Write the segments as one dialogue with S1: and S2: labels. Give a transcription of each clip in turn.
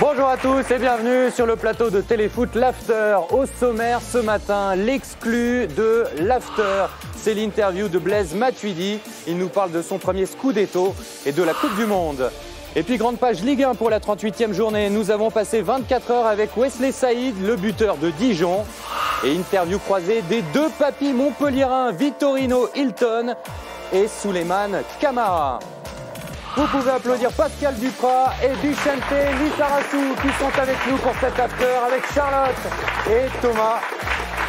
S1: Bonjour à tous et bienvenue sur le plateau de Téléfoot L'After. Au sommaire ce matin, l'exclu de l'After. C'est l'interview de Blaise Matuidi. Il nous parle de son premier Scudetto et de la Coupe du Monde. Et puis grande page Ligue 1 pour la 38e journée. Nous avons passé 24 heures avec Wesley Saïd, le buteur de Dijon. Et interview croisée des deux papis montpelliérains, Vittorino Hilton et Souleymane Camara. Vous pouvez applaudir Pascal Duprat et Duchente Lissarassou qui sont avec nous pour cet after avec Charlotte et Thomas.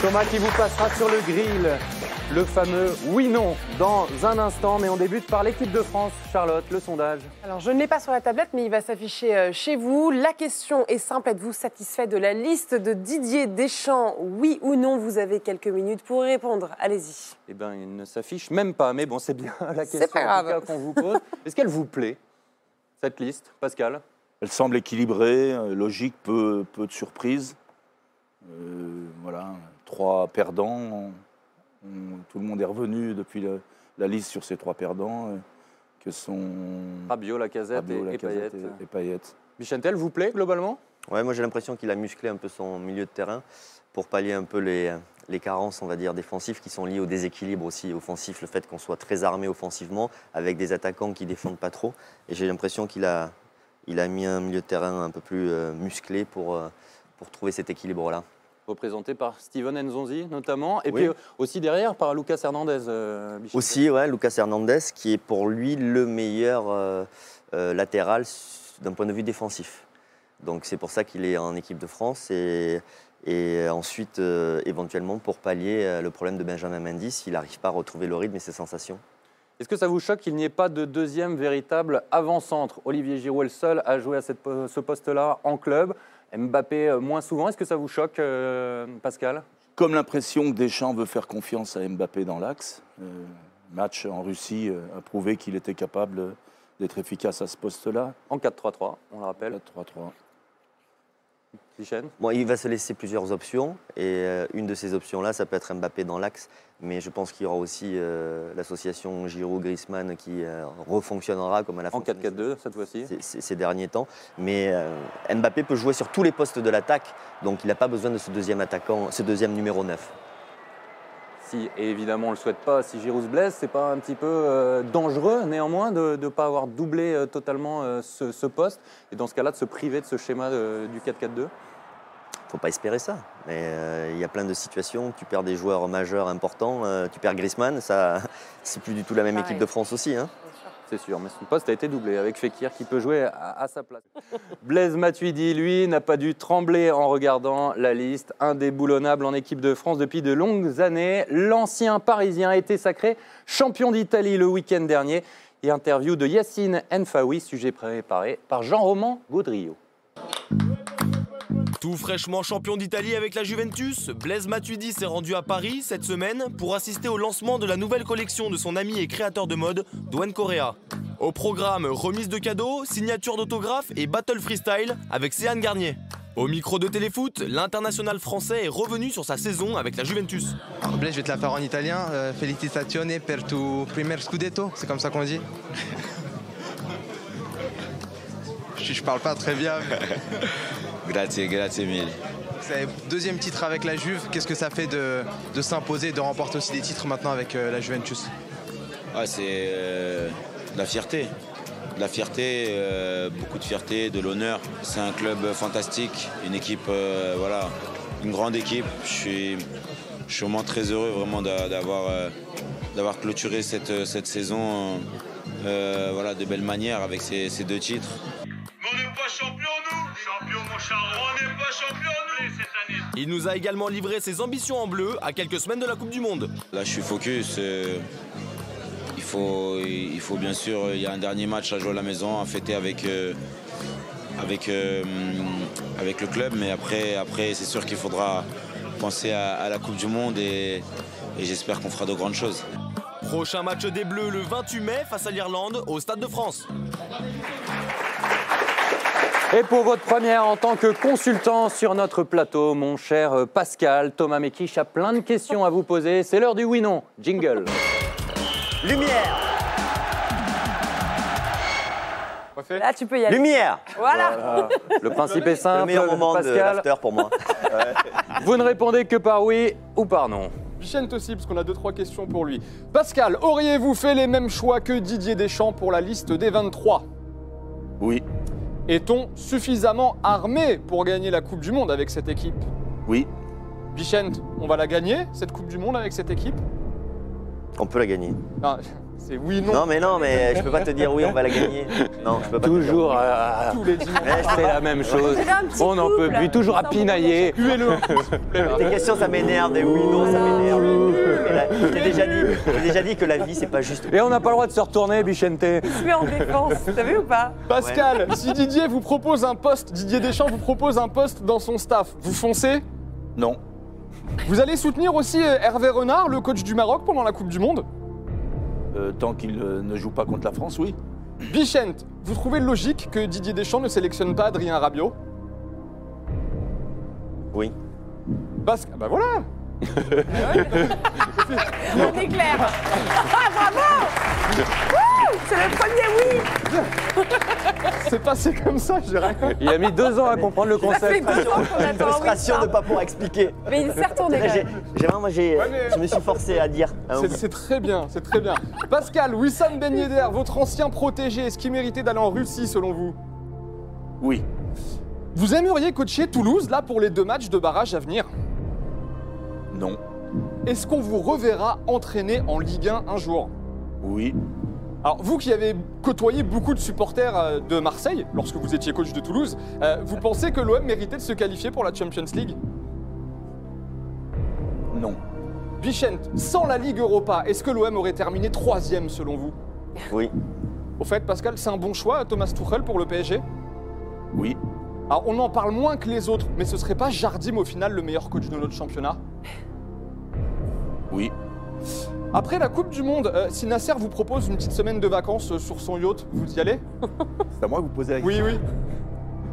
S1: Thomas qui vous passera sur le grill le fameux oui-non dans un instant. Mais on débute par l'équipe de France. Charlotte, le sondage.
S2: Alors, je ne l'ai pas sur la tablette, mais il va s'afficher euh, chez vous. La question est simple. Êtes-vous satisfait de la liste de Didier Deschamps Oui ou non Vous avez quelques minutes pour y répondre. Allez-y.
S1: Eh bien, il ne s'affiche même pas. Mais bon, c'est bien la
S2: C'est
S1: question
S2: pas
S1: en tout
S2: grave.
S1: cas, qu'on vous pose. Est-ce qu'elle vous plaît, cette liste, Pascal
S3: Elle semble équilibrée, euh, logique, peu, peu de surprises. Euh, voilà, trois perdants. On- on- tout le monde est revenu depuis le- la liste sur ces trois perdants, euh, que sont
S1: Rabiot, Lacazette
S3: Rabiot,
S1: et, et
S3: Lacazette
S1: Payet.
S3: et- et Payet.
S1: Duchente, elle vous plaît globalement
S4: Ouais, moi j'ai l'impression qu'il a musclé un peu son milieu de terrain pour pallier un peu les, les carences, on va dire, défensives qui sont liées au déséquilibre aussi offensif, le fait qu'on soit très armé offensivement avec des attaquants qui défendent pas trop. Et j'ai l'impression qu'il a, il a mis un milieu de terrain un peu plus euh, musclé pour, euh, pour trouver cet équilibre-là.
S1: représenté par Steven Nzonzi notamment, et
S4: Oui.
S1: puis euh, aussi derrière par Lucas Hernandez. euh, Bichette.
S4: Aussi, ouais, Lucas Hernandez qui est pour lui le meilleur euh, euh, latéral s- d'un point de vue défensif. Donc c'est pour ça qu'il est en équipe de France et, et ensuite euh, éventuellement pour pallier euh, le problème de Benjamin Mendy s'il n'arrive pas à retrouver le rythme et ses sensations.
S1: Est-ce que ça vous choque qu'il n'y ait pas de deuxième véritable avant-centre Olivier Giroud est le seul à jouer à cette po- ce poste-là en club, Mbappé euh, moins souvent. Est-ce que ça vous choque, euh, Pascal
S3: Comme l'impression que Deschamps veut faire confiance à Mbappé dans l'axe, euh, match en Russie euh, a prouvé qu'il était capable d'être efficace à ce poste-là.
S1: En 4-3-3, on le rappelle,
S3: 4-3-3.
S1: Bichette.
S4: Bon, il va se laisser plusieurs options et euh, une de ces options-là, ça peut être Mbappé dans l'axe, mais je pense qu'il y aura aussi euh, l'association Giroud-Griezmann qui euh, refonctionnera comme à la
S1: En 4-4-2 cette fois-ci.
S4: ces- ces, ces derniers temps. Mais euh, Mbappé peut jouer sur tous les postes de l'attaque, donc il n'a pas besoin de ce deuxième attaquant, ce deuxième numéro 9.
S1: Si, et évidemment, on ne le souhaite pas, si Giroud se blesse, c'est pas un petit peu euh, dangereux néanmoins de ne pas avoir doublé euh, totalement euh, ce, ce poste, et dans ce cas-là de se priver de ce schéma euh, du 4-4-2
S4: Faut pas espérer ça. Mais euh, il y a plein de situations. Tu perds des joueurs majeurs importants, euh, tu perds Griezmann, ça, c'est plus du tout la même
S2: Pareil.
S4: équipe de France aussi. hein.
S1: C'est sûr, mais son poste a été doublé avec Fekir qui peut jouer à, à sa place. Blaise Matuidi, lui, n'a pas dû trembler en regardant la liste. Indéboulonnable en équipe de France depuis de longues années, l'ancien Parisien a été sacré champion d'Italie le week-end dernier. Et interview de Yacine Enfaoui, sujet préparé par Jean-Roman Gaudrio.
S5: Tout fraîchement champion d'Italie avec la Juventus, Blaise Matuidi s'est rendu à Paris cette semaine pour assister au lancement de la nouvelle collection de son ami et créateur de mode, Dwayne Correa. Au programme remise de cadeaux, signature d'autographes et battle freestyle avec Céane Garnier. Au micro de Téléfoot, l'international français est revenu sur sa saison avec la Juventus.
S6: Blaise, je vais te la faire en italien. Euh, Felicitazione per tu primer scudetto, c'est comme ça qu'on dit. je, je parle pas très bien. mais
S7: Grazie, grazie mille.
S6: C'est deuxième titre avec la Juve. Qu'est-ce que ça fait de, de s'imposer, de remporter aussi des titres maintenant avec euh, la Juventus
S7: Ah, c'est euh, de la fierté. De la fierté, euh, beaucoup de fierté, de l'honneur. C'est un club fantastique, une équipe, euh, voilà, une grande équipe. Je suis, je suis vraiment très heureux vraiment d'a- d'avoir, euh, d'avoir clôturé cette, cette saison euh, voilà, de belle manière avec ces- ces deux titres.
S8: Mais on n'est pas champion, nous Champion, mon charron On n'est pas champion, nous cette année
S5: Il nous a également livré ses ambitions en bleu à quelques semaines de la Coupe du Monde.
S7: Là, je suis focus. euh, il, faut, il faut bien sûr, euh, il y a un dernier match à jouer à la maison, à fêter avec, euh, avec, euh, avec le club. Mais après, après c'est sûr qu'il faudra penser à, à la Coupe du Monde et- et j'espère qu'on fera de grandes choses.
S5: Prochain match des Bleus le 28 mai face à l'Irlande au Stade de France.
S1: Et pour votre première en tant que consultant sur notre plateau, mon cher Pascal, Thomas Mekich a plein de questions à vous poser. C'est l'heure du oui-non. Jingle.
S4: Lumière
S9: Refait
S2: Là, tu peux y aller.
S4: Lumière
S2: Voilà.
S3: Voilà.
S1: Le principe est
S4: C'est le
S1: simple,
S4: meilleur moment de
S1: Pascal.
S4: l'after pour moi.
S1: Vous ne répondez que par oui ou par non.
S9: Bichent aussi, parce qu'on a deux, trois questions pour lui. Pascal, auriez-vous fait les mêmes choix que Didier Deschamps pour la liste des 23
S3: Oui,
S9: Est-on suffisamment armé pour gagner la Coupe du Monde avec cette équipe
S3: oui,
S9: Bichent, on va la gagner, cette Coupe du Monde avec cette équipe
S4: On peut la gagner.
S9: Ah, C'est oui, non,
S4: Non. mais non, mais je peux pas te dire oui, on va la gagner. Non, je peux pas
S1: Toujours,
S4: Te dire
S1: euh,
S9: tous les dimanches.
S1: elle fait la même chose.
S2: C'est un petit
S1: On en peut
S2: couple.
S1: plus, toujours à
S2: Ça, on
S1: pinailler.
S9: Tuez-le, s'il vous plaît.
S4: oui. Tes questions, ça m'énerve, des oui, non, ça m'énerve. Mais là, Je t'ai déjà dit, j'ai déjà dit que la vie, c'est pas juste.
S1: Et on n'a pas le droit de se retourner, Bichente.
S2: Je suis en défense, t'as vu ou pas
S9: Pascal, si Didier vous propose un poste, Didier Deschamps vous propose un poste dans son staff, vous foncez
S3: non,
S9: Vous allez soutenir aussi euh, Hervé Renard, le coach du Maroc pendant la Coupe du Monde
S3: Euh, tant qu'il euh, ne joue pas contre la France, oui.
S9: Bichent, vous trouvez logique que Didier Deschamps ne sélectionne pas Adrien Rabiot
S4: Oui.
S9: Pascal, bah voilà
S2: On est clair. Ah, bravo Wouh C'est le premier oui
S9: C'est passé comme ça, je dirais.
S1: Il a mis deux ans à comprendre le
S2: Ça fait
S1: concept.
S2: deux ans qu'on attend un oui.
S4: Frustration de pas pouvoir expliquer.
S2: Mais il s'est retourné
S4: Là,
S2: quand
S4: j'ai,
S2: même.
S4: j'ai vraiment, j'ai,
S9: Ouais, mais-
S4: je me suis forcé à dire. hein. un
S9: C'est-
S4: Ah oui.
S9: C'est très bien, c'est très bien. Pascal, Wissam Ben Yedder, votre ancien protégé, est-ce qu'il méritait d'aller en Russie selon vous
S3: Oui,
S9: Vous aimeriez coacher Toulouse là pour les deux matchs de barrage à venir
S3: non,
S9: Est-ce qu'on vous reverra entraîner en Ligue 1 un jour
S3: oui,
S9: Alors vous qui avez côtoyé beaucoup de supporters euh, de Marseille lorsque vous étiez coach de Toulouse, euh, vous pensez que l'OM méritait de se qualifier pour la Champions League
S3: non,
S9: Bichent, sans la Ligue Europa, est-ce que l'OM aurait terminé troisième selon vous
S4: Oui.
S9: Au fait, Pascal, c'est un bon choix, Thomas Tuchel pour le PSG
S3: oui,
S9: Alors on en parle moins que les autres, mais ce serait pas Jardim au final le meilleur coach de notre championnat
S3: oui,
S9: Après la Coupe du Monde, euh, si Nasser vous propose une petite semaine de vacances euh, sur son yacht, vous y allez
S3: C'est à moi que vous posez la question
S9: Oui, oui.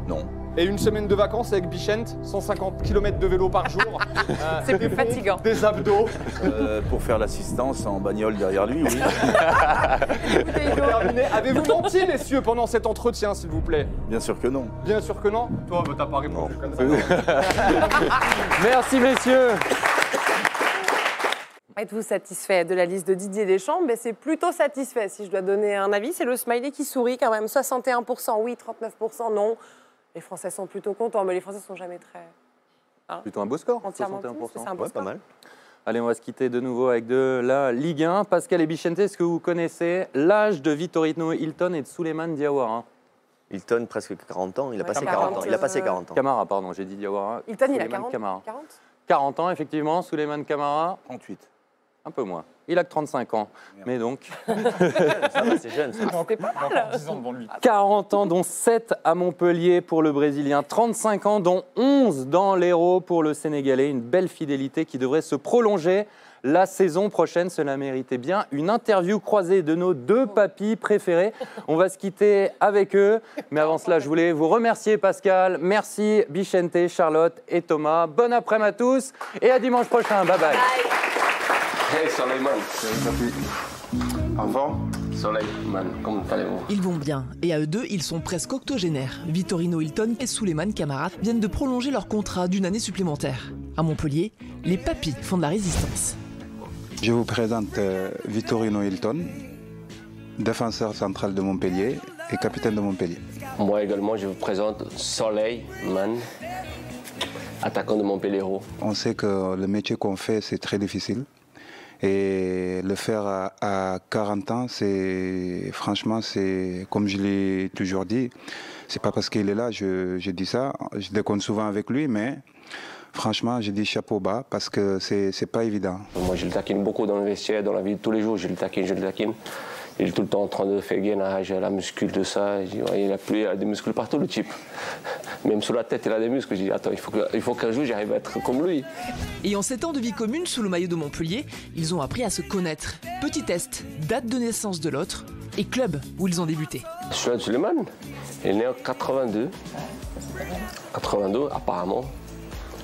S3: Non.
S9: Et une semaine de vacances avec Bichent, 150 km de vélo par jour. euh,
S2: C'est
S9: des
S2: plus
S9: pompes,
S2: fatigant.
S9: Des abdos.
S3: Euh, pour faire l'assistance en bagnole derrière lui, oui.
S2: Écoutez, Hugo,
S9: Terminé. Avez-vous menti, messieurs, pendant cet entretien, s'il vous plaît
S3: Bien sûr que non.
S9: Bien sûr que non. Toi, bah, t'as pas répondu comme ça.
S1: Merci, messieurs.
S2: Êtes-vous satisfait de la liste de Didier Deschamps Mais c'est plutôt satisfait. Si je dois donner un avis, c'est le smiley qui sourit quand même. 61% oui, 39% non. Les Français sont plutôt contents, mais les Français sont jamais très
S1: Plutôt un beau score,
S2: entièrement. optimistes, c'est un peu
S4: Ouais, pas mal.
S1: Allez, on va se quitter de nouveau avec de la Ligue 1. Pascal et Bichente, est-ce que vous connaissez l'âge de Vitorino Hilton et de Souleymane Diawara
S4: Hilton, presque 40 ans. Il a
S2: Ouais,
S4: passé
S2: 40,
S4: 40 ans. Il a passé
S2: euh,
S4: 40 ans.
S1: Camara, pardon, j'ai dit Diawara.
S2: Hilton, il a
S1: Souleymane
S2: 40,
S1: Camara.
S2: 40
S1: 40 ans, effectivement. Souleymane Camara,
S3: 38.
S1: un peu moins. Il a que 35 ans.
S3: Merde.
S1: Mais donc,
S4: Ça va, c'est jeune. ça.
S2: C'était pas mal.
S1: 40 ans, dont 7 à Montpellier pour le Brésilien, 35 ans, dont 11 dans l'Hérault pour le Sénégalais. Une belle fidélité qui devrait se prolonger la saison prochaine. Cela méritait bien une interview croisée de nos deux papis préférés. On va se quitter avec eux. Mais avant cela, je voulais vous remercier, Pascal. Merci, Bichente, Charlotte et Thomas. Bon après-midi à tous et à dimanche prochain. Bye bye.
S10: Avant Soleiman, comment allez-vous
S11: Ils vont bien, et à eux deux, ils sont presque octogénaires. Vittorino Hilton et Suleiman Camara viennent de prolonger leur contrat d'une année supplémentaire. À Montpellier, les papis font de la résistance.
S10: Je vous présente euh, Vittorino Hilton, défenseur central de Montpellier et capitaine de Montpellier.
S11: Moi également, je vous présente Soleil Man, attaquant de Montpellier.
S10: On sait que le métier qu'on fait, c'est très difficile. Et le faire à, à 40 ans, c'est franchement, c'est comme je l'ai toujours dit, c'est pas parce qu'il est là, je, je dis ça. Je déconne souvent avec lui, mais franchement, je dis chapeau bas parce que c'est c'est pas évident.
S11: Moi, je le taquine beaucoup dans le vestiaire, dans la vie de tous les jours. Je le taquine, je le taquine. Il est tout le temps en train de faire gainage, la muscule de ça. Je dis, ouais, Il a, plus, il a des muscles partout, le type. Même sous la tête, il a des muscles. Je dis, attends, il faut que- il faut qu'un jour j'arrive à être comme lui.
S2: Et en 7 ans de vie commune sous le maillot de Montpellier, ils ont appris à se connaître. Petit test, date de naissance de l'autre et club où ils ont débuté.
S11: Suleiman Suleiman, il est né en 82. 82, apparemment.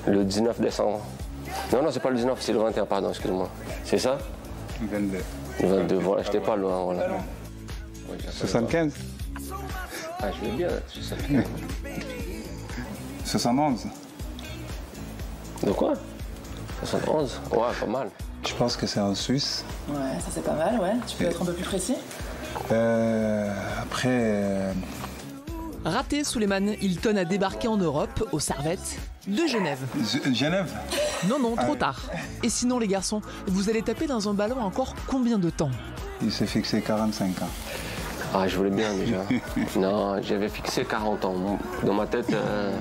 S11: Le 19 décembre. Non, non, c'est pas le 19, c'est le 21, pardon, excuse-moi. C'est ça Le 22, voilà, j'étais pas loin, voilà.
S10: 75
S9: Ah, je vais bien, là, je sais.
S12: 71
S9: De quoi 71 Ouais, pas mal.
S12: Je pense que c'est en Suisse.
S13: Ouais, ça c'est pas mal, ouais. Tu peux être un peu plus précis
S12: Euh, après, euh,
S8: Raté, Suleiman Hilton a débarqué en Europe, aux Servettes, de Genève.
S12: G- Genève
S8: Non, non, trop
S12: Ah.
S8: tard. Et sinon, les garçons, vous allez taper dans un ballon encore combien de temps
S12: il s'est fixé 45 ans.
S9: Ah, je voulais bien déjà. non, j'avais fixé 40 ans. Dans ma tête, euh,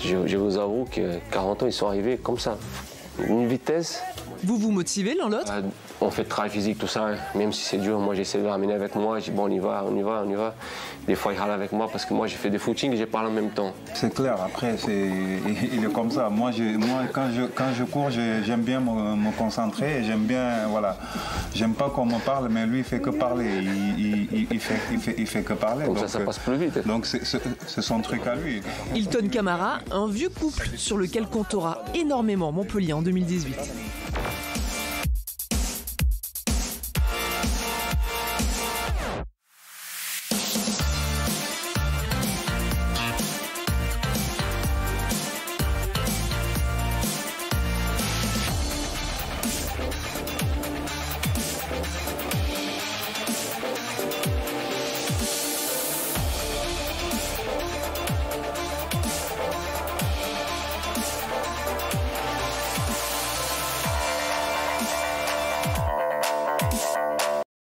S9: je, je vous avoue que 40 ans, ils sont arrivés comme ça. Une vitesse.
S8: Vous vous motivez l'un l'autre
S9: Euh, On fait travail physique, tout ça, hein. même si c'est dur. Moi, j'essaie de ramener avec moi. Je dis, bon, on y va, on y va, on y va. Des fois, ils râlent avec moi parce que moi, j'ai fait des footings et je parle en même temps.
S12: C'est clair, après, c'est, il est comme ça. Moi, je, moi quand, je, quand je cours, je- j'aime bien me, me concentrer et j'aime bien, voilà. J'aime pas qu'on me parle, mais lui, il fait que parler. Il, il- il- il fait, il, fait, il fait que parler.
S9: Comme ça, ça passe plus vite.
S12: Donc, c'est, c'est- c'est son truc à lui.
S8: Hilton Camara, un vieux couple sur lequel comptera énormément Montpellier en 2018.